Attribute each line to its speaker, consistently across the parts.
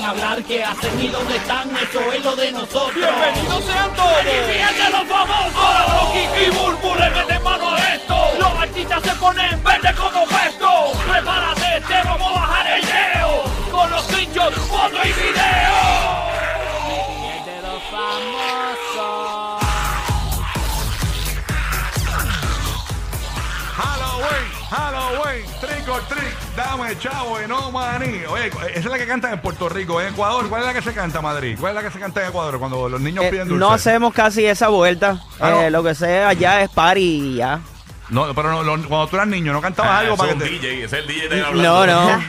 Speaker 1: a hablar que hacen y dónde están, eso es lo de nosotros.
Speaker 2: ¡Bienvenidos sean todos!
Speaker 1: ¡Fíjate los famosos!
Speaker 2: Ahora Rocky y Burbu le meten mano a esto.
Speaker 1: Los artistas se ponen verde como puesto.
Speaker 2: ¡Prepárate, te vamos a bajar el leo!
Speaker 1: Con los pinchos, foto y video.
Speaker 3: de los famosos.
Speaker 4: Halloween, Halloween, trick or trick, dame chavo y no Ah, maní. Oye, eh, esa es la que cantan en Puerto Rico, en Ecuador. ¿Cuál es la que se canta, Madrid? ¿Cuál es la que se canta en Ecuador cuando los niños
Speaker 5: Eh,
Speaker 4: piden dulce?
Speaker 5: no hacemos casi esa vuelta.
Speaker 4: Ah, no.
Speaker 5: Eh, Lo que sea allá es party y ya.
Speaker 4: No, pero no, lo- cuando tú eras niño, ¿no cantabas algo para que te...
Speaker 2: DJ, Ah, es el DJ
Speaker 5: No, no.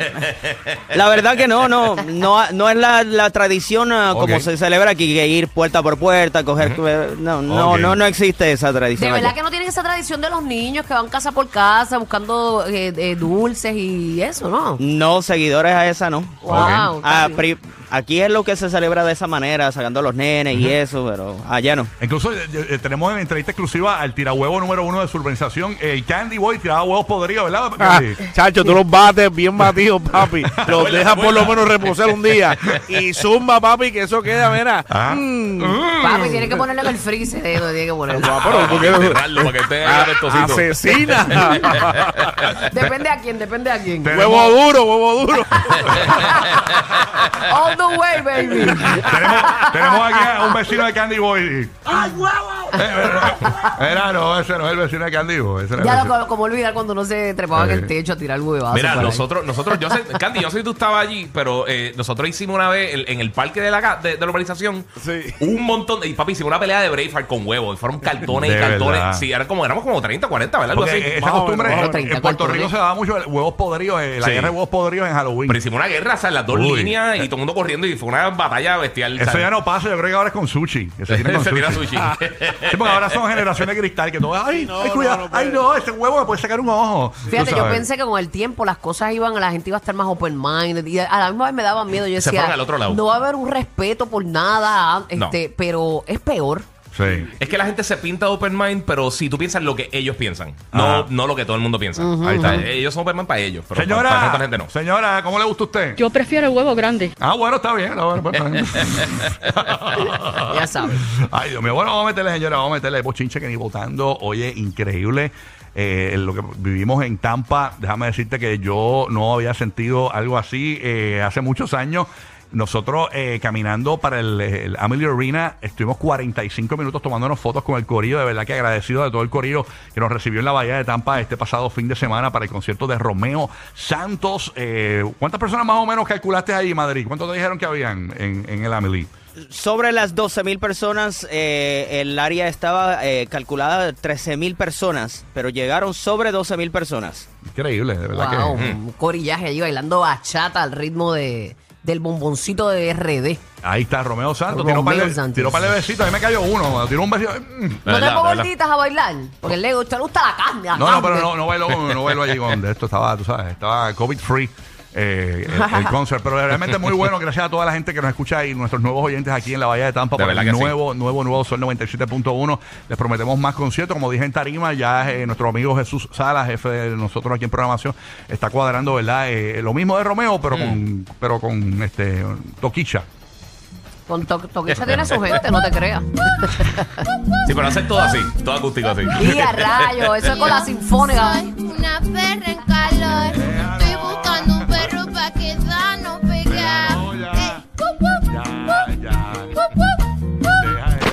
Speaker 5: La verdad que no, no. No, no es la, la tradición ah, como
Speaker 4: Ok.
Speaker 5: se celebra aquí, que ir puerta por puerta, coger... No, no,
Speaker 4: Ok.
Speaker 5: no, no existe esa
Speaker 6: De
Speaker 5: tradición.
Speaker 6: verdad
Speaker 5: aquí.
Speaker 6: que no tienen esa tradición de los niños que van casa por casa buscando eh, eh, dulces y eso, ¿no?
Speaker 5: No, seguidores a esa no.
Speaker 6: Wow.
Speaker 5: Ah,
Speaker 6: Carlos.
Speaker 5: pri- aquí es lo que se celebra de esa manera, sacando a los nenes y eso, pero allá no.
Speaker 4: Incluso eh, eh, tenemos en entrevista exclusiva al tirahuevo número uno de su urbanización, el Candy Boy, tiraba huevos podridos, ¿verdad?
Speaker 7: Ah,
Speaker 4: Candy?
Speaker 7: chacho, tú los bates bien batidos, papi. Los dejas por lo menos reposar un día. Y zumba, papi, que eso queda, mira. Mm.
Speaker 4: Ah.
Speaker 6: Papi, tiene que ponerle en el freezer, eh, lo tiene que ponerle.
Speaker 7: Ah, pero ¿por qué no?
Speaker 2: Cerrarlo para que esté ahí
Speaker 7: Ah,
Speaker 2: apestosito.
Speaker 7: Asesina.
Speaker 6: Depende a quién, depende a quién.
Speaker 4: Tenemos-
Speaker 7: huevo duro, huevo duro.
Speaker 6: All the way, baby.
Speaker 4: tenemos, tenemos aquí a un vecino de Candy Boy. ¡Ay, huevo! Era, no, ese no es el vecino de Candy Boy. Ese no es el
Speaker 6: Ya lo,
Speaker 4: vecino.
Speaker 6: como, como olvidar cuando no se trepaban en
Speaker 4: Eh.
Speaker 6: el techo a tirar huevazos.
Speaker 2: Mira,
Speaker 6: por ahí.
Speaker 2: nosotros, nosotros, yo sé, Candy, yo sé que tú estabas allí, pero eh, nosotros hicimos una vez el- en el parque de la, ga- de, de la urbanización
Speaker 7: Sí.
Speaker 2: un montón de. Y papi, hicimos una pelea de Braveheart con huevos. y Fueron cartones y
Speaker 4: De
Speaker 2: cartones.
Speaker 4: verdad.
Speaker 2: Sí, eran como, éramos como 30, 40, ¿verdad? Algo
Speaker 4: Porque
Speaker 2: así.
Speaker 4: esa
Speaker 2: Más o menos,
Speaker 4: costumbre
Speaker 2: más o
Speaker 4: en-
Speaker 2: menos.
Speaker 6: menos.
Speaker 4: en Puerto
Speaker 6: 30
Speaker 4: Rico se daba mucho el huevos podridos, eh, la
Speaker 2: ¿eh? Sí.
Speaker 4: guerra de huevos podridos en Halloween.
Speaker 2: Pero hicimos una guerra, o sea, en las dos
Speaker 4: Uy.
Speaker 2: líneas y todo el mundo corriendo y fue una batalla bestial.
Speaker 4: Eso
Speaker 2: ¿sabes?
Speaker 4: ya no pasa, yo creo que ahora es con sushi. que se tiran con
Speaker 2: Se tira sushi.
Speaker 4: Sí, porque ahora son generaciones de cristal que todos, ay,
Speaker 7: no,
Speaker 4: ay, cuidado,
Speaker 7: no, no
Speaker 4: ay,
Speaker 7: puede.
Speaker 4: no, ese huevo me puede sacar un ojo.
Speaker 6: Fíjate,
Speaker 4: Tú
Speaker 6: yo
Speaker 4: sabes.
Speaker 6: pensé que con el tiempo las cosas iban, la gente iba a estar más open minded y a la misma vez me daba miedo. Yo
Speaker 2: Se
Speaker 6: decía,
Speaker 2: fueron al otro lado.
Speaker 6: no va a haber un respeto por nada,
Speaker 2: No.
Speaker 6: este, pero es peor.
Speaker 4: Sí.
Speaker 2: Es que la gente se pinta de open mind, pero si tú piensas lo que ellos piensan,
Speaker 4: Ah.
Speaker 2: no, no lo que todo el mundo piensa.
Speaker 4: Ahí
Speaker 2: O
Speaker 4: está.
Speaker 2: sea, ellos son open mind para ellos, pero para, para
Speaker 4: Señora,
Speaker 2: otra gente no.
Speaker 4: señora, ¿cómo le gusta a usted?
Speaker 8: Yo prefiero el huevo grande.
Speaker 4: Ah, bueno, está bien. está bueno, pues, está bien.
Speaker 2: Ah.
Speaker 6: Ya sabes.
Speaker 4: Ay, Dios mío. Bueno, vamos a meterle, señora, vamos a meterle bochinche que ni votando. Oye, increíble. eh, lo que vivimos en Tampa, déjame decirte que yo no había sentido algo así eh, hace muchos años. Nosotros eh, caminando para el, el Amelie Arena estuvimos 45 minutos tomándonos fotos con el corillo. De verdad que agradecido de todo el corillo que nos recibió en la Bahía de Tampa este pasado fin de semana para el concierto de Romeo Santos. Eh, ¿Cuántas personas más o menos calculaste ahí, Madrid? ¿Cuántos te dijeron que habían en, en el Amelie?
Speaker 5: Sobre las 12.000 personas, eh, el área estaba eh, calculada de 13.000 personas, pero llegaron sobre 12.000 personas.
Speaker 4: Increíble, de verdad
Speaker 6: Wow,
Speaker 4: que. Hmm.
Speaker 6: un corillaje allí bailando bachata al ritmo de, del bomboncito de RD.
Speaker 4: Ahí está Romeo Santos.
Speaker 6: Romeo
Speaker 4: Tiró para el
Speaker 6: Santos.
Speaker 4: tiró par de besitos. A mí me cayó uno. Tiró un besito. Mm.
Speaker 6: ¿No te
Speaker 2: verdad,
Speaker 6: pongo
Speaker 2: de verdad.
Speaker 6: gorditas a bailar? Porque le gusta, le gusta la carne. la
Speaker 4: No, no,
Speaker 6: carne.
Speaker 4: pero no, no bailó, con- no bailó allí con de esto. Estaba, tú sabes, estaba COVID free. eh, el, el concert, pero realmente muy bueno. Gracias a toda la gente que nos escucha y nuestros nuevos oyentes aquí en la Bahía de Tampa
Speaker 2: De
Speaker 4: para el
Speaker 2: verdad que sí.
Speaker 4: nuevo, nuevo, nuevo Sol 97.1. Les prometemos más conciertos. Como dije en Tarima, ya eh, nuestro amigo Jesús Salas, jefe de nosotros aquí en programación, está cuadrando, ¿verdad? Eh, lo mismo de Romeo,
Speaker 2: Mm.
Speaker 4: pero con, pero con este Toquicha.
Speaker 6: Con to Toquicha tiene su gente, no te creas.
Speaker 2: Sí, pero hacer todo así, todo acústico así.
Speaker 6: Y a rayo, eso es con la sinfónica.
Speaker 9: Soy una perra en calor. Estoy buscando un perro pa' quedarnos pegados.
Speaker 4: ya.
Speaker 9: Eh, cup, cup,
Speaker 4: Ya, ya.
Speaker 9: cup, cup.
Speaker 4: Deja eso.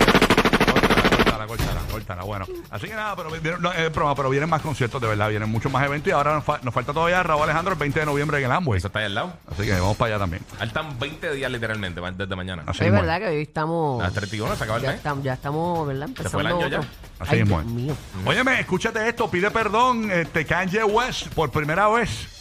Speaker 4: Córtala, córtala, córtala, córtala. Bueno, así que nada, pero, vienen- no, es broma, pero vienen más conciertos, de verdad, vienen muchos más eventos y ahora nos, fa- nos falta todavía Raúl Alejandro el 20 de noviembre en el Amway.
Speaker 2: Eso está ahí al lado.
Speaker 4: Así que vamos para allá también.
Speaker 2: Faltan 20 días literalmente ma- desde mañana.
Speaker 4: Así
Speaker 6: Es
Speaker 4: mismo
Speaker 6: verdad que hoy estamos.
Speaker 2: A las 31 se acaba el
Speaker 6: Ya
Speaker 2: mes.
Speaker 6: estamos, ya estamos, ¿verdad?
Speaker 2: Se fue el
Speaker 6: Empezando
Speaker 2: año ya.
Speaker 6: otro.
Speaker 4: Así
Speaker 6: Ay,
Speaker 4: mismo
Speaker 6: Dios
Speaker 4: es.
Speaker 6: mío.
Speaker 4: Óyeme, escúchate esto, pide perdón, este Kanye West, por primera vez.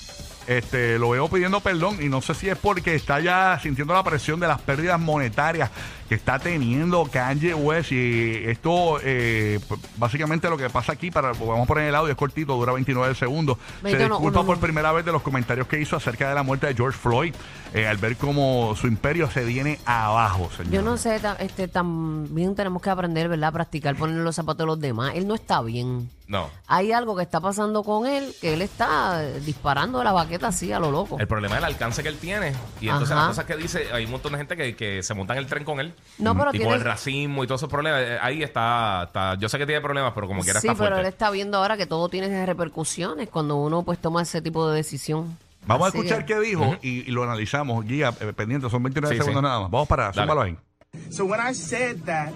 Speaker 4: Este, lo veo pidiendo perdón y no sé si es porque está ya sintiendo la presión de las pérdidas monetarias que está teniendo Kanye West y esto eh, pues, básicamente lo que pasa aquí para vamos a poner el audio es cortito dura 29 segundos se
Speaker 6: Veinte, no,
Speaker 4: disculpa
Speaker 6: uno,
Speaker 4: por
Speaker 6: uno.
Speaker 4: primera vez de los comentarios que hizo acerca de la muerte de George Floyd eh, al ver cómo su imperio se viene abajo señor.
Speaker 6: Yo no sé, ta- este, también tenemos que aprender, ¿verdad? A practicar, poner los zapatos de los demás. Él no está bien.
Speaker 2: No.
Speaker 6: Hay algo que está pasando con él, que él está eh, disparando de la baqueta así a lo loco.
Speaker 2: El problema es el alcance que él tiene. Y entonces
Speaker 6: Ajá.
Speaker 2: las cosas que dice, hay un montón de gente que, que se montan el tren con él.
Speaker 6: No, pero
Speaker 2: y
Speaker 6: tiene-
Speaker 2: con el racismo y todos esos problemas. eh, Ahí está, está- Yo sé que tiene problemas, pero como quiera
Speaker 6: sí,
Speaker 2: está
Speaker 6: pero él
Speaker 2: fuerte.
Speaker 6: está viendo ahora que todo tiene esas repercusiones cuando uno pues toma ese tipo de decisión.
Speaker 4: Vamos
Speaker 6: Así
Speaker 4: a escuchar
Speaker 6: que-
Speaker 4: qué dijo y, y lo analizamos. Guía, eh, pendiente, son 29
Speaker 2: Sí,
Speaker 4: segundos
Speaker 2: sí.
Speaker 4: nada más. Vamos para,
Speaker 2: Dale.
Speaker 4: súmalo ahí.
Speaker 8: So when I said that,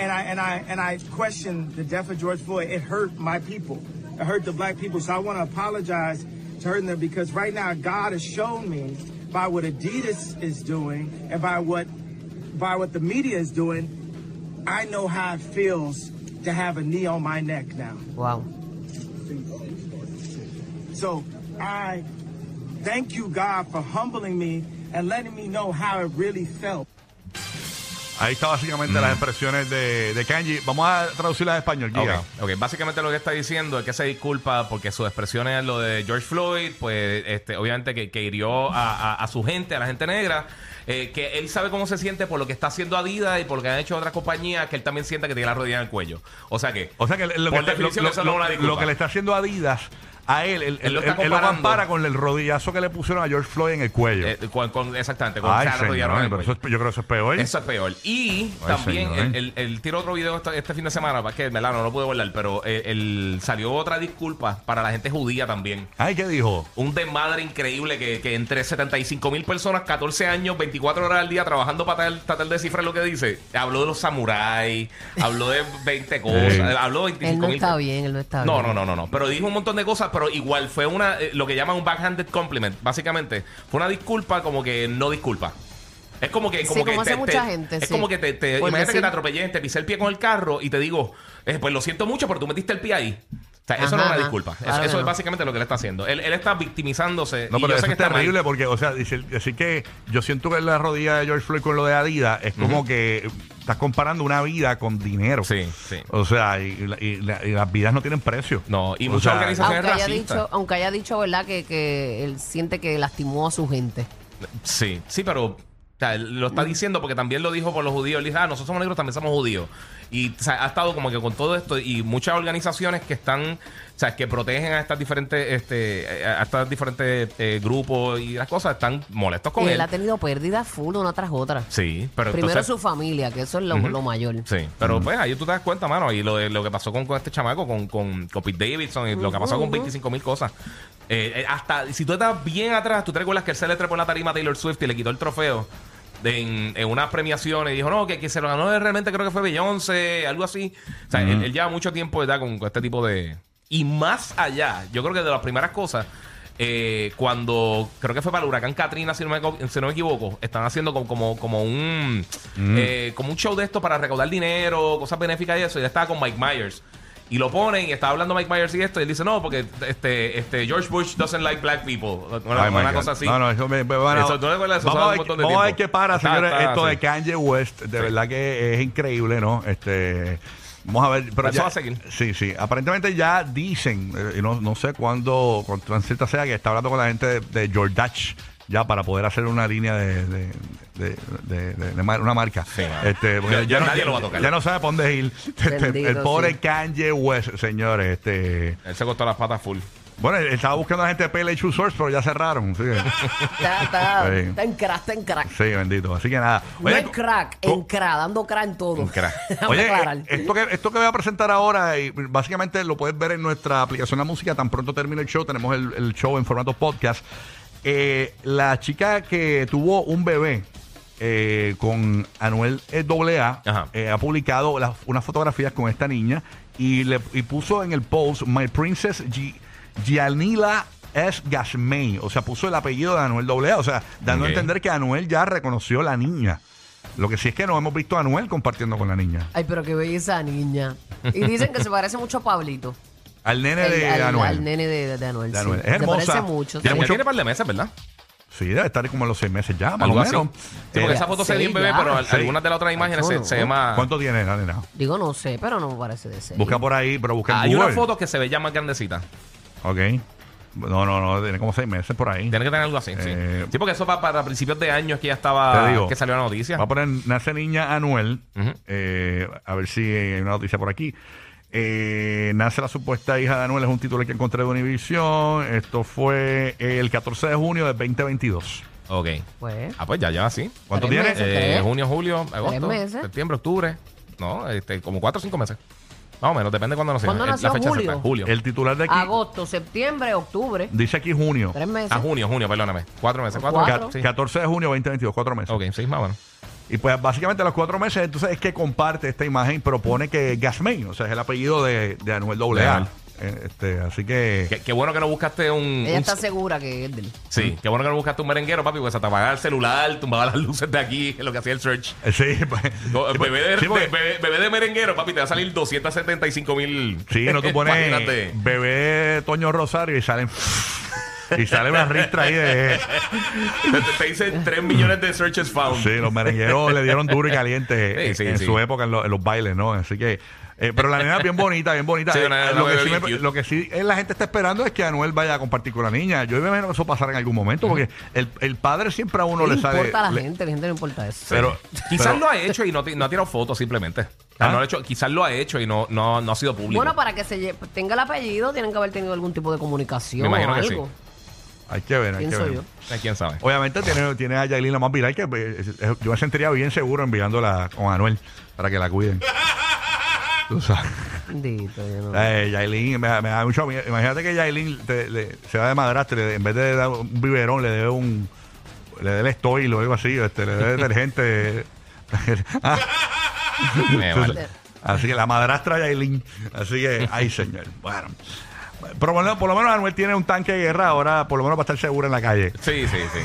Speaker 8: and I and I and I questioned the death of George Floyd, it hurt my people. It hurt the black people. So I want to apologize to hurting them because right now God has shown me by what Adidas is doing and by what by what the media is doing, I know how it feels to have a knee on my neck now.
Speaker 6: Wow.
Speaker 8: So I thank you, God, for humbling me and letting me know how it really felt.
Speaker 4: Ahí está básicamente
Speaker 2: Mm.
Speaker 4: las expresiones de, de Kanji. Vamos a traducirlas a español,
Speaker 2: Ok,
Speaker 4: guía.
Speaker 2: ok, básicamente lo que está diciendo es que se disculpa porque sus expresiones, lo de George Floyd, pues este, obviamente que, que hirió a, a- a su gente, a la gente negra, eh, que él sabe cómo se siente por lo que está haciendo Adidas y por lo que han hecho otras compañías, que él también siente que tiene la rodilla en el cuello. O sea que,
Speaker 4: O sea que lo,
Speaker 2: por
Speaker 4: que, le-
Speaker 2: definición,
Speaker 4: lo-
Speaker 2: eso
Speaker 4: lo-
Speaker 2: no es una disculpa.
Speaker 4: lo que le está haciendo Adidas a él, él,
Speaker 2: Él lo
Speaker 4: él-
Speaker 2: está
Speaker 4: él lo
Speaker 2: comparando.
Speaker 4: compara con el rodillazo que le pusieron a George Floyd en el cuello.
Speaker 2: Eh, con- con- exactamente, con
Speaker 4: Ay,
Speaker 2: se la
Speaker 4: señor,
Speaker 2: arrodillaron en el
Speaker 4: pero eso
Speaker 2: cuello.
Speaker 4: es- yo creo que eso es peor.
Speaker 2: Eso es peor. Y también
Speaker 4: señor,
Speaker 2: el, el- el- tiro otro video esta- este, fin de semana, para que ¿verdad? no lo pude guardar, pero eh, el- salió otra disculpa para la gente judía también.
Speaker 4: Ay, ¿qué dijo?
Speaker 2: Un desmadre increíble que, que entre 75 mil personas, 14 años, 24 horas al día trabajando para tal- tratar de descifrar lo que dice. Habló de los samuráis, habló de 20 cosas,
Speaker 4: Sí.
Speaker 2: habló de 25
Speaker 6: Él no
Speaker 2: mil
Speaker 6: está bien, él no está
Speaker 2: no,
Speaker 6: bien.
Speaker 2: no, no, no, no. Pero dijo un montón de cosas, pero igual fue una, eh, lo que llaman un backhanded compliment, básicamente. Fue una disculpa como que no disculpa. Es como que,
Speaker 6: Sí,
Speaker 2: como que
Speaker 6: como hace mucha gente,
Speaker 2: es
Speaker 6: sí.
Speaker 2: como que te, te-
Speaker 6: Por
Speaker 2: imagínate que
Speaker 6: decir-
Speaker 2: te atropellé, te pisé el pie con el carro y te digo, eh, pues lo siento mucho, pero tú metiste el pie ahí. O sea, eso
Speaker 6: Ajá,
Speaker 2: no es una
Speaker 6: ajá.
Speaker 2: disculpa. Es-
Speaker 6: Claro que
Speaker 2: eso es
Speaker 6: no.
Speaker 2: básicamente lo que él está haciendo. Él, él está victimizándose.
Speaker 4: No,
Speaker 2: y
Speaker 4: pero
Speaker 2: yo
Speaker 4: eso
Speaker 2: sé que
Speaker 4: es
Speaker 2: está mal.
Speaker 4: terrible porque, o sea, decir, decir que yo siento que la rodilla de George Floyd con lo de Adidas es como que estás comparando una vida con dinero.
Speaker 2: Sí, sí.
Speaker 4: O sea, y, la- y la- y las vidas no tienen precio.
Speaker 2: No, y
Speaker 4: O
Speaker 2: muchas
Speaker 4: sea,
Speaker 2: organizaciones-
Speaker 6: Aunque haya,
Speaker 2: racista.
Speaker 6: dicho, aunque haya dicho, ¿verdad? Que, que él siente que lastimó a su gente.
Speaker 2: Sí, sí, pero o sea, él lo está
Speaker 6: Mm.
Speaker 2: diciendo porque también lo dijo por los judíos. Él dice, ah, nosotros somos negros, también somos judíos. Y o sea, ha estado como que con todo esto y muchas organizaciones que están, o sea, que protegen a estas diferentes, este, a a estas diferentes eh, grupos y las cosas, están molestos con
Speaker 6: y él,
Speaker 2: él.
Speaker 6: ha tenido pérdidas full una tras otra.
Speaker 2: Sí, pero
Speaker 6: Primero
Speaker 2: entonces-
Speaker 6: su familia, que eso es lo, lo mayor.
Speaker 2: Sí, pero pues ahí tú te das cuenta, mano, y lo, de- lo que pasó con, con este chamaco, con, con, con Pete Davidson, y lo que ha pasado con 25 mil cosas. Eh, eh, hasta si tú estás bien atrás, tú te recuerdas que él se le trepó en la tarima a Taylor Swift y le quitó el trofeo de- en, en unas premiaciones y dijo, no, que, que se lo ganó eh, realmente creo que fue Beyoncé, algo así. O sea, él, él lleva mucho tiempo ¿verdad? Con, con este tipo de... Y más allá, yo creo que de las primeras cosas... eh, cuando creo que fue para el huracán Katrina, si no me, co- si no me equivoco, están haciendo como, como, como un
Speaker 4: Mm.
Speaker 2: eh, como un show de esto para recaudar dinero, cosas benéficas y eso. Y él estaba con Mike Myers. Y lo ponen y estaba hablando Mike Myers y esto. Y él dice, no, porque este, este George Bush doesn't like black people. Una,
Speaker 4: Ay, my
Speaker 2: una
Speaker 4: God.
Speaker 2: cosa así.
Speaker 4: No, no, eso me, me van a-
Speaker 2: Eso, tú le acuerdas, eso
Speaker 4: vamos, a
Speaker 2: hace un
Speaker 4: ver,
Speaker 2: montón de
Speaker 4: vamos a ver
Speaker 2: tiempo.
Speaker 4: qué para,
Speaker 2: Está-
Speaker 4: señores.
Speaker 2: está,
Speaker 4: esto
Speaker 2: sí.
Speaker 4: de Kanye West, de verdad que es increíble, ¿no? Este. Vamos a ver, pero
Speaker 2: Pues Eso
Speaker 4: ya-
Speaker 2: va a seguir.
Speaker 4: Sí, sí. Aparentemente ya dicen, eh, y no, no sé cuándo, con transita sea, que está hablando con la gente de, de Jordache, ya para poder hacer una línea de, de, de- de- de- de mar- una marca.
Speaker 2: Sí, mano.
Speaker 4: este, porque
Speaker 2: Ya- ya
Speaker 4: no-
Speaker 2: nadie lo va a tocar.
Speaker 4: Ya no sabe por dónde ir. Este, el
Speaker 6: Bendito,
Speaker 4: pobre
Speaker 6: sí.
Speaker 4: Kanye West, señores. Este,
Speaker 2: Él se cortó las patas full.
Speaker 4: bueno, estaba buscando a la gente de PLH Source, pero ya cerraron. sí.
Speaker 6: Está, está,
Speaker 4: Sí.
Speaker 6: está en crack, está en crack.
Speaker 4: Sí, bendito. Así que nada.
Speaker 6: no en crack,
Speaker 4: co-
Speaker 6: en crack, dando crack en todo.
Speaker 2: Un crack.
Speaker 6: Déjame
Speaker 4: Oye,
Speaker 6: aclarar.
Speaker 4: eh, esto que, esto que voy a presentar ahora, eh, básicamente lo puedes ver en nuestra aplicación La Música. Tan pronto termine el show, tenemos el, el show en formato podcast. Eh, la chica que tuvo un bebé eh, con Anuel
Speaker 2: Ajá.
Speaker 4: AA eh, ha publicado las- unas fotografías con esta niña y, le, y puso en el post My Princess G- Gianila S. Gasmey. O sea, puso el apellido de Anuel AA. O sea, dando
Speaker 2: Ok.
Speaker 4: a entender que Anuel ya reconoció la niña. Lo que sí es que no hemos visto a Anuel compartiendo con la niña.
Speaker 6: Ay, pero qué belleza niña. Y dicen que se parece mucho a Pablito.
Speaker 4: Al nene
Speaker 6: El-
Speaker 4: de
Speaker 6: al,
Speaker 4: Anuel.
Speaker 6: al nene de, de Anuel.
Speaker 4: De
Speaker 6: sí.
Speaker 4: Anuel. Es
Speaker 6: Se
Speaker 4: hermosa.
Speaker 6: parece mucho.
Speaker 4: Tiene
Speaker 2: Ya
Speaker 4: mucho-
Speaker 2: tiene par de meses, ¿verdad?
Speaker 4: Sí, debe estar como en los seis meses ya, más o
Speaker 2: Algo
Speaker 4: menos.
Speaker 2: así. Sí, porque
Speaker 4: Eh,
Speaker 2: esa foto
Speaker 6: sí,
Speaker 2: se ve bien bebé,
Speaker 6: ya.
Speaker 2: pero al-
Speaker 4: Sí.
Speaker 2: algunas de las otras imágenes se,
Speaker 6: Cacho,
Speaker 2: se
Speaker 6: no.
Speaker 2: ve más.
Speaker 4: ¿Cuánto tiene la nena?
Speaker 6: Digo, no sé, pero no me parece de ser.
Speaker 4: Busca por ahí, pero busca en
Speaker 2: Ah, Hay una
Speaker 4: Google.
Speaker 2: foto que se ve ya más grandecita.
Speaker 4: Ok. No, no, no, tiene como seis meses por ahí.
Speaker 2: Tiene que tener algo así, sí.
Speaker 4: Eh,
Speaker 2: Sí, porque eso va para principios de año es que ya
Speaker 4: Te
Speaker 2: estaba.
Speaker 4: digo.
Speaker 2: que salió la noticia.
Speaker 4: Va a poner Nace Niña Anuel.
Speaker 2: Ujú.
Speaker 4: Eh, a ver si hay una noticia por aquí. Eh, nace la supuesta hija de Anuel. Es un título que encontré de Univision. Esto fue el 14 de junio de 2022.
Speaker 2: Ok.
Speaker 6: Pues,
Speaker 2: Ah, pues ya lleva así.
Speaker 4: ¿Cuánto
Speaker 6: Tres
Speaker 4: tiene?
Speaker 6: meses.
Speaker 2: Eh,
Speaker 6: ¿Tres?
Speaker 2: junio, julio, agosto,
Speaker 6: meses.
Speaker 2: septiembre, octubre. No, este, como cuatro o cinco meses. Más o menos, depende de cuándo nació.
Speaker 6: ¿Cuándo
Speaker 2: Eh,
Speaker 6: nació?
Speaker 2: la fecha
Speaker 6: Julio.
Speaker 2: exacta, julio.
Speaker 4: El titular de aquí
Speaker 6: agosto, septiembre, octubre.
Speaker 4: dice aquí junio.
Speaker 6: Tres meses.
Speaker 2: Ah, junio, junio, perdóname. Cuatro meses, cuatro.
Speaker 6: Cuatro.
Speaker 4: Ca-
Speaker 2: Sí.
Speaker 4: 14 de junio 2022, cuatro meses.
Speaker 2: Ok, sí, más o menos.
Speaker 4: Y pues básicamente a los cuatro meses, entonces es que comparte esta imagen, propone que Gasmain, o sea, es el apellido de, de Anuel
Speaker 2: Leal.
Speaker 4: AA. Eh, Este, así que...
Speaker 2: Qué, qué bueno que no buscaste un.
Speaker 6: Ella
Speaker 2: un-
Speaker 6: está segura que es de él.
Speaker 2: sí, qué bueno que no buscaste un merenguero, papi, porque se te apagaba el celular, tumbaba las luces de aquí, lo que hacía el search.
Speaker 4: eh, Sí, pues,
Speaker 2: No,
Speaker 4: sí,
Speaker 2: bebé, de,
Speaker 4: sí, porque-
Speaker 2: de- bebé- bebé de merenguero, papi, te va a salir 275 mil.
Speaker 4: Sí, no tú pones bebé Toño Rosario y salen. y sale una ristra ahí de.
Speaker 2: te, te dicen 3 millones de searches found.
Speaker 4: Sí, los merengueros le dieron duro y caliente
Speaker 2: Sí,
Speaker 4: eh,
Speaker 2: sí,
Speaker 4: en
Speaker 2: sí.
Speaker 4: su época en, lo- en los bailes, ¿no? Así que. eh, pero la nena es bien bonita, bien bonita.
Speaker 2: Sí,
Speaker 4: Eh,
Speaker 2: una nena
Speaker 4: lo, que
Speaker 2: bebé
Speaker 4: sí
Speaker 2: bien
Speaker 4: me-
Speaker 2: cute.
Speaker 4: lo que sí, eh, la gente está esperando es que Anuel vaya a compartir con la niña. Yo me imagino que eso pasará en algún momento, porque el, el padre siempre a uno
Speaker 6: No le
Speaker 4: le sale.
Speaker 6: importa a la
Speaker 4: le-
Speaker 6: gente, la gente no importa eso.
Speaker 4: Pero,
Speaker 2: Quizás
Speaker 4: pero-
Speaker 2: lo ha hecho y no, ti- no ha tirado fotos simplemente. O
Speaker 4: ¿Ah?
Speaker 2: sea, no lo ha hecho, quizás lo ha hecho y no, no, no ha sido público.
Speaker 6: Bueno, pues, para que se lle- tenga el apellido, tienen que haber tenido algún tipo de comunicación
Speaker 2: Me imagino
Speaker 6: o
Speaker 2: que
Speaker 6: algo.
Speaker 4: Hay que ver, hay que
Speaker 6: Pienso
Speaker 4: ver.
Speaker 6: yo.
Speaker 2: Eh, ¿Quién sabe?
Speaker 4: Obviamente tiene, tiene a Yailin la más viral, que eh, eh, yo me sentiría bien seguro enviándola con Anuel para que la cuiden. Tú sabes.
Speaker 6: Bendito, yo no-
Speaker 4: Eh, Yailin, me, da- me da mucho miedo. Imagínate que Yailin te- le- se va de madrastra, y le- en vez de dar un biberón, le dé un. le dé el estoil o algo así, este, le dé detergente. Ah.
Speaker 2: Me vale.
Speaker 4: Así que la madrastra Yailin. Así que, ay, señor. Bueno. Pero bueno, por lo menos Anuel tiene un tanque de guerra ahora, por lo menos para estar seguro en la calle.
Speaker 2: Sí, sí, sí.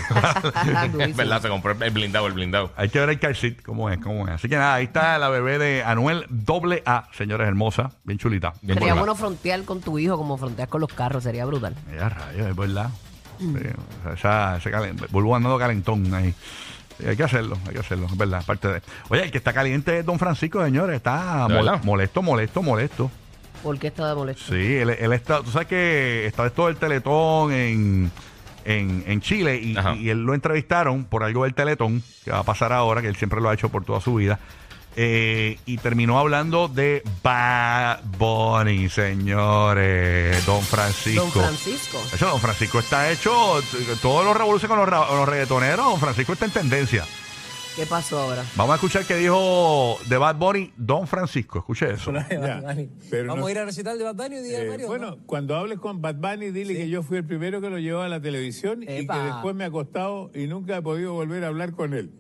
Speaker 2: es verdad, se compró el blindado, el blindado.
Speaker 4: Hay que ver el car seat, cómo es, cómo es. Así que nada, ahí está la bebé de Anuel doble A, señores hermosa, bien chulita. Bien
Speaker 6: Sería
Speaker 4: bonita.
Speaker 6: bueno frontear con tu hijo como fronteas con los carros, sería brutal.
Speaker 4: Ya, rayos, es verdad. Sí, o sea, esa- ese calen- Bulbo andando calentón ahí. Sí, hay que hacerlo, hay que hacerlo, es verdad. Parte de... Oye, el que está caliente es Don Francisco, señores. Está
Speaker 2: ¿De
Speaker 4: mol-
Speaker 2: verdad?
Speaker 4: molesto, molesto, molesto.
Speaker 6: ¿Por qué está de molesto?
Speaker 4: Sí, él, él está, tú sabes que está todo el Teletón en, en, en Chile y,
Speaker 2: Ajá.
Speaker 4: y él lo entrevistaron por algo del Teletón, que va a pasar ahora, que él siempre lo ha hecho por toda su vida. Eh, y terminó hablando de Bad Bunny, señores, Don Francisco.
Speaker 6: Don Francisco.
Speaker 4: Eso, don Francisco está hecho, t- todos los revoluciones con los, ra- los reggaetoneros, don Francisco está en tendencia.
Speaker 6: ¿Qué pasó ahora?
Speaker 4: Vamos a escuchar qué dijo de Bad Bunny, don Francisco, escuche eso.
Speaker 8: Pero
Speaker 10: Vamos
Speaker 8: no-
Speaker 10: a ir al recital de Bad Bunny y
Speaker 8: Eh,
Speaker 10: Mario.
Speaker 8: bueno, cuando hables con Bad Bunny, dile que yo fui el primero que lo llevó a la televisión y
Speaker 6: Epa.
Speaker 8: que después me ha costado y nunca he podido volver a hablar con él.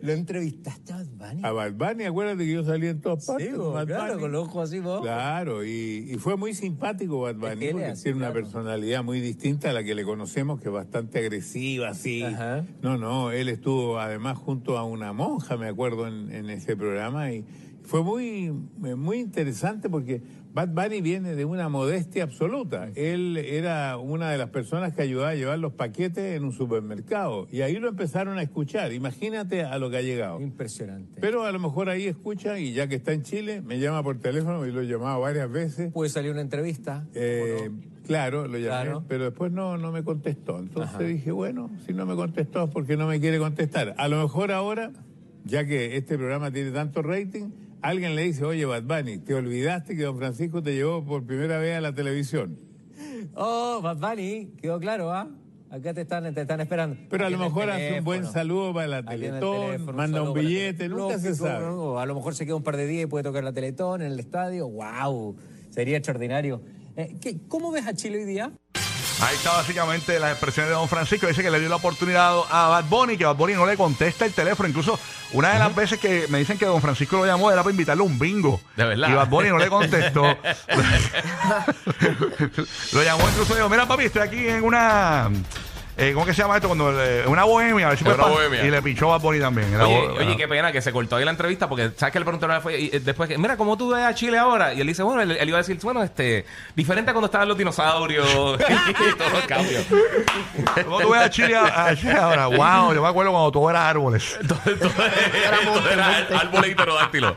Speaker 10: Lo entrevistaste a Bad Bunny.
Speaker 8: A Bad Bunny, acuérdate que yo salí en todas partes.
Speaker 10: Sí,
Speaker 8: Bad
Speaker 10: claro,
Speaker 8: Bunny.
Speaker 10: con los ojos así vos.
Speaker 8: Claro, y, y fue muy simpático Bad Bunny,
Speaker 10: él es
Speaker 8: porque
Speaker 10: así,
Speaker 8: tiene una
Speaker 10: claro.
Speaker 8: personalidad muy distinta a la que le conocemos, que es bastante agresiva, así.
Speaker 10: Ajá.
Speaker 8: No, no, él estuvo además junto a una monja, me acuerdo, en, en ese programa, y fue muy, eh, muy interesante porque Bad Bunny viene de una modestia absoluta. Él era una de las personas que ayudaba a llevar los paquetes en un supermercado, y ahí lo empezaron a escuchar. Imagínate a lo que ha llegado.
Speaker 10: Impresionante.
Speaker 8: Pero a lo mejor ahí escucha y ya que está en Chile, me llama por teléfono y lo he llamado varias veces.
Speaker 10: Puede salir una entrevista. ¿cómo
Speaker 8: Eh,
Speaker 10: no?
Speaker 8: Claro, lo llamé,
Speaker 10: Claro.
Speaker 8: pero después no, no me contestó. Entonces dije, bueno, si no me contestó es porque no me quiere contestar. A lo mejor ahora, ya que este programa tiene tanto rating, alguien le dice, oye, Bad Bunny, te olvidaste que don Francisco te llevó por primera vez a la televisión.
Speaker 10: Oh, Bad Bunny, quedó claro, ¿ah? Acá te están, te están esperando.
Speaker 8: Pero a
Speaker 10: Aquí
Speaker 8: lo
Speaker 10: en el
Speaker 8: mejor hace un buen
Speaker 10: teléfono.
Speaker 8: saludo para la
Speaker 10: Aquí en el
Speaker 8: Teletón,
Speaker 10: teléfono,
Speaker 8: manda un
Speaker 10: saludo para la
Speaker 8: billete,
Speaker 10: Teletón.
Speaker 8: nunca se
Speaker 10: Lógico,
Speaker 8: sabe.
Speaker 10: ¿no? O A lo mejor se queda un par de días y puede tocar la Teletón en el estadio. ¡Wow! Sería extraordinario. Eh, ¿qué- ¿Cómo ves a Chile hoy día?
Speaker 4: Ahí está básicamente las expresiones de Don Francisco. Dice que le dio la oportunidad a Bad Bunny, que Bad Bunny no le contesta el teléfono. Incluso una de las veces que me dicen que Don Francisco lo llamó era para invitarle a un bingo.
Speaker 2: De verdad.
Speaker 4: Y Bad Bunny no le contestó. lo llamó incluso y dijo, mira papi, estoy aquí en una... eh, ¿Cómo que se llama esto? Cuando le- una bohemia. a ver si
Speaker 11: Una
Speaker 4: fue pa-
Speaker 11: bohemia.
Speaker 4: Y le pichó a Bonnie también. Era
Speaker 2: Oye,
Speaker 4: bo-
Speaker 2: oye, qué pena que se cortó ahí la entrevista porque sabes que le preguntaron fue, y, eh, después que, mira, ¿cómo tú ves a Chile ahora? Y él dice, bueno, él, él iba a decir, bueno, este, diferente a cuando estaban los dinosaurios y todos los cambios.
Speaker 4: ¿Cómo tú ves a Chile, a- a Chile ahora? Wow, yo me acuerdo cuando todo era árboles.
Speaker 2: Todo era árbol heterodáctilo.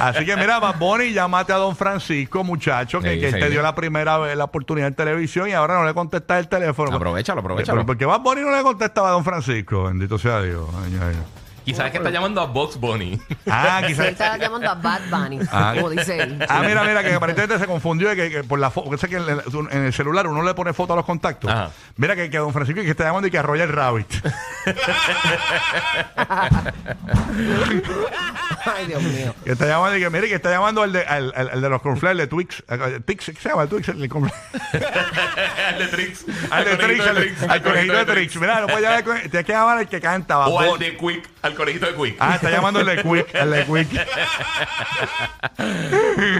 Speaker 4: Así que mira, Bad Bunny, llámate a don Francisco, muchacho, que,
Speaker 2: Sí,
Speaker 4: que él
Speaker 2: sí.
Speaker 4: te dio la primera vez la oportunidad en televisión y ahora no le contesta el teléfono.
Speaker 2: Aprovechalo, aprovechalo.
Speaker 4: Pero, ¿Por qué Bad Bunny no le contestaba a don Francisco? Bendito sea Dios. Ay, ay, ay.
Speaker 2: Quizás que está llamando a Box Bunny.
Speaker 4: Ah,
Speaker 6: Él
Speaker 4: quizás.
Speaker 6: está llamando a Bad Bunny,
Speaker 4: Ah.
Speaker 6: como dice él.
Speaker 4: Ah, mira, mira, que aparentemente se confundió de que, que por la foto. que en el, en el celular uno le pone foto a los contactos. Mira que, que don Francisco que está llamando y que arrolla el rabbit.
Speaker 6: Ay, Dios mío.
Speaker 4: Que está llamando y que, mire, que está llamando al de, al, al- al de los cornflakes, de Twix. eh, Tix, ¿qué se llama? El Twix, el cornflakes.
Speaker 2: al de Trix.
Speaker 4: Al de Trix, al, al conejito de Trix. Mira, no puede llamar al cone- Tienes que llamar al que canta. Bad
Speaker 2: O al
Speaker 4: Bunny.
Speaker 2: de Quick, al conejito de Quick.
Speaker 4: Ah, está llamando al de Quick, al de Quick.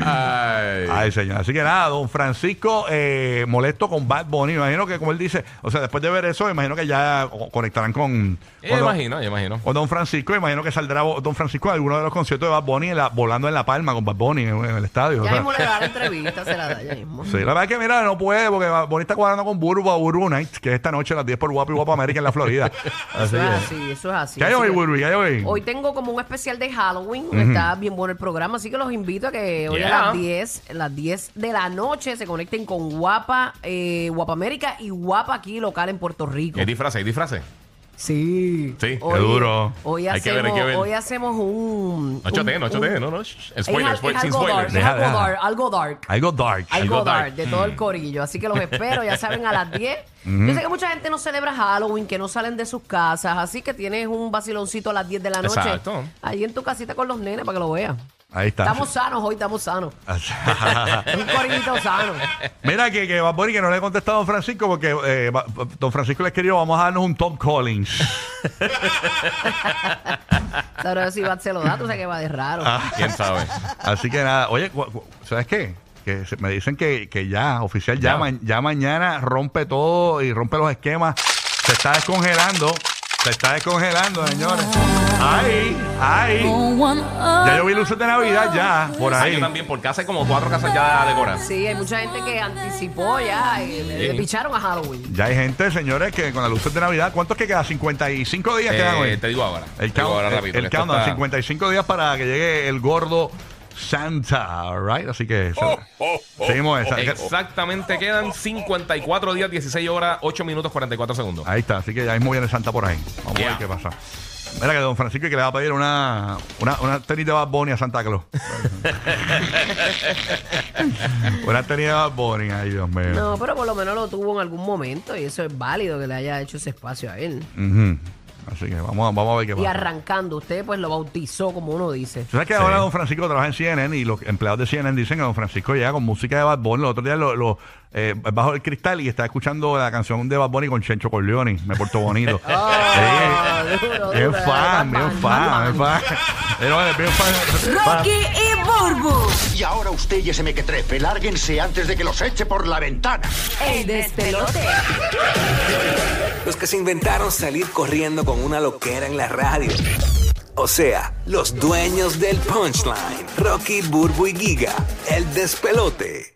Speaker 2: Ay.
Speaker 4: Ay, señor. Así que nada, don Francisco eh, molesto con Bad Bunny. Me imagino que, como él dice, o sea, después de ver eso, me imagino que ya co- conectarán con.
Speaker 2: Eh,
Speaker 4: con don-
Speaker 2: imagino, yo imagino.
Speaker 4: O Don Francisco, me imagino que saldrá bo- Don Francisco de alguno de los conciertos de Bad Bunny en la- volando en La Palma con Bad Bunny en, en el estadio. o
Speaker 6: Ya
Speaker 4: sea.
Speaker 6: mismo le da la entrevista, se la da ya mismo.
Speaker 4: Sí, la verdad es que mira, no puede porque Bad Bunny está cuadrando con Burbu a Burbu Night, que es esta noche a las 10 por Guapo y Guapo América en la Florida. Así
Speaker 6: Eso es
Speaker 4: que,
Speaker 6: así, eso es así.
Speaker 4: ¿Qué hay
Speaker 6: Así
Speaker 4: hoy,
Speaker 6: que-
Speaker 4: Burbu? ¿Qué hay hoy?
Speaker 6: Hoy tengo como un especial de Halloween.
Speaker 4: Ujú.
Speaker 6: Está bien bueno el programa, así que los invito a que hoy
Speaker 4: Yeah.
Speaker 6: a las 10, a las 10 de la noche se conecten con Guapa, eh, Guapa América y Guapa aquí local en Puerto Rico.
Speaker 2: ¿Hay disfraces? ¿Hay disfraces?
Speaker 6: Sí.
Speaker 2: Sí.
Speaker 6: Hoy-
Speaker 2: duro.
Speaker 6: Hoy
Speaker 2: hay que
Speaker 6: hacemos,
Speaker 2: ver, hay que ver.
Speaker 6: hoy hacemos un...
Speaker 2: No chotee,
Speaker 6: un-
Speaker 2: no chotee,
Speaker 6: un-
Speaker 2: no, no.
Speaker 6: Es
Speaker 2: Shh, Spoiler,
Speaker 6: al-
Speaker 2: spoiler,
Speaker 6: es
Speaker 2: sin
Speaker 6: algo dark,
Speaker 2: spoiler.
Speaker 6: es
Speaker 4: Deja,
Speaker 6: algo
Speaker 4: deja. Mm.
Speaker 6: dark, algo dark.
Speaker 4: Algo dark.
Speaker 6: Algo dark de todo el corillo. Así que los espero, ya saben, a las 10.
Speaker 4: Ujú.
Speaker 6: Yo sé que mucha gente no celebra Halloween, que no salen de sus casas. Así que tienes un vaciloncito a las 10 de la noche.
Speaker 4: Exacto.
Speaker 6: Ahí en tu casita con los nenes para que lo veas.
Speaker 4: Ahí está.
Speaker 6: Estamos sanos hoy, estamos sanos. Un corillito sano.
Speaker 4: Mira que, que Bad Bunny que no le he contestado a Don Francisco porque eh, va- Don Francisco le escribió vamos a darnos un Tom Collins.
Speaker 6: Pero si va, se lo da, tú sabes que va de raro.
Speaker 4: Ah.
Speaker 2: ¿Quién sabe?
Speaker 4: Así que nada, oye, cu- cu- ¿sabes qué? Que se- me dicen que, que ya, oficial, ya,
Speaker 2: Ya.
Speaker 4: ma- ya mañana rompe todo y rompe los esquemas. Se está descongelando, se está descongelando, señores. ¡Ay! ¡Ay! Ya yo vi luces de Navidad ya, por
Speaker 2: Ah,
Speaker 4: ahí.
Speaker 2: yo también, por casa hay como cuatro casas ya decoradas.
Speaker 6: Sí, hay mucha gente que anticipó ya. y le, le
Speaker 4: Sí.
Speaker 6: picharon a Halloween.
Speaker 4: Ya hay gente, señores, que con las luces de Navidad, ¿cuántos que quedan? 55 días
Speaker 2: Eh,
Speaker 4: quedan hoy.
Speaker 2: te digo ahora.
Speaker 4: El
Speaker 2: Te digo
Speaker 4: countdown,
Speaker 2: ahora
Speaker 4: el-
Speaker 2: rápido,
Speaker 4: el
Speaker 2: que esto
Speaker 4: countdown,
Speaker 2: está-
Speaker 4: 55 días para que llegue el gordo Santa, all right? Así que eso-
Speaker 2: Oh,
Speaker 4: seguimos esa-
Speaker 2: Exactamente, quedan 54 días, 16 horas, 8 minutos, 44 segundos.
Speaker 4: Ahí está, así que ya mismo viene Santa por ahí. Vamos a
Speaker 2: Yeah.
Speaker 4: ver qué pasa. Mira que don Francisco que le va a pedir una, una, una tenis de Bad Bunny a Santa Claus. una tenis de Bad Bunny, ay Dios mío.
Speaker 6: No, pero por lo menos lo tuvo en algún momento y eso es válido que le haya hecho ese espacio a él.
Speaker 4: Ujú. Así que vamos, a- vamos a ver qué
Speaker 6: Y
Speaker 4: pasa.
Speaker 6: arrancando, usted pues lo bautizó, como uno dice.
Speaker 4: ¿Tú ¿Sabes que ahora don Francisco trabaja en CNN y los empleados de CNN dicen que don Francisco llega con música de Bad Bunny? El otro día lo, lo, eh, bajo el cristal y está escuchando la canción de Bad Bunny con Chencho Corleone. Me portó bonito.
Speaker 6: Ah,
Speaker 4: Sí.
Speaker 6: duro,
Speaker 4: bien
Speaker 6: duro,
Speaker 4: fan,
Speaker 6: Bad
Speaker 4: bien fan,
Speaker 6: Bunny, Bad
Speaker 4: bien fan. Pero, eh, bien fan.
Speaker 12: y Burbu. Y ahora usted y ese mequetrefe, lárguense antes de que los eche por la ventana.
Speaker 6: El despelote.
Speaker 13: Los que se inventaron salir corriendo con una loquera en la radio. O sea, los dueños del punchline. Rocky, Burbu y Giga. El despelote.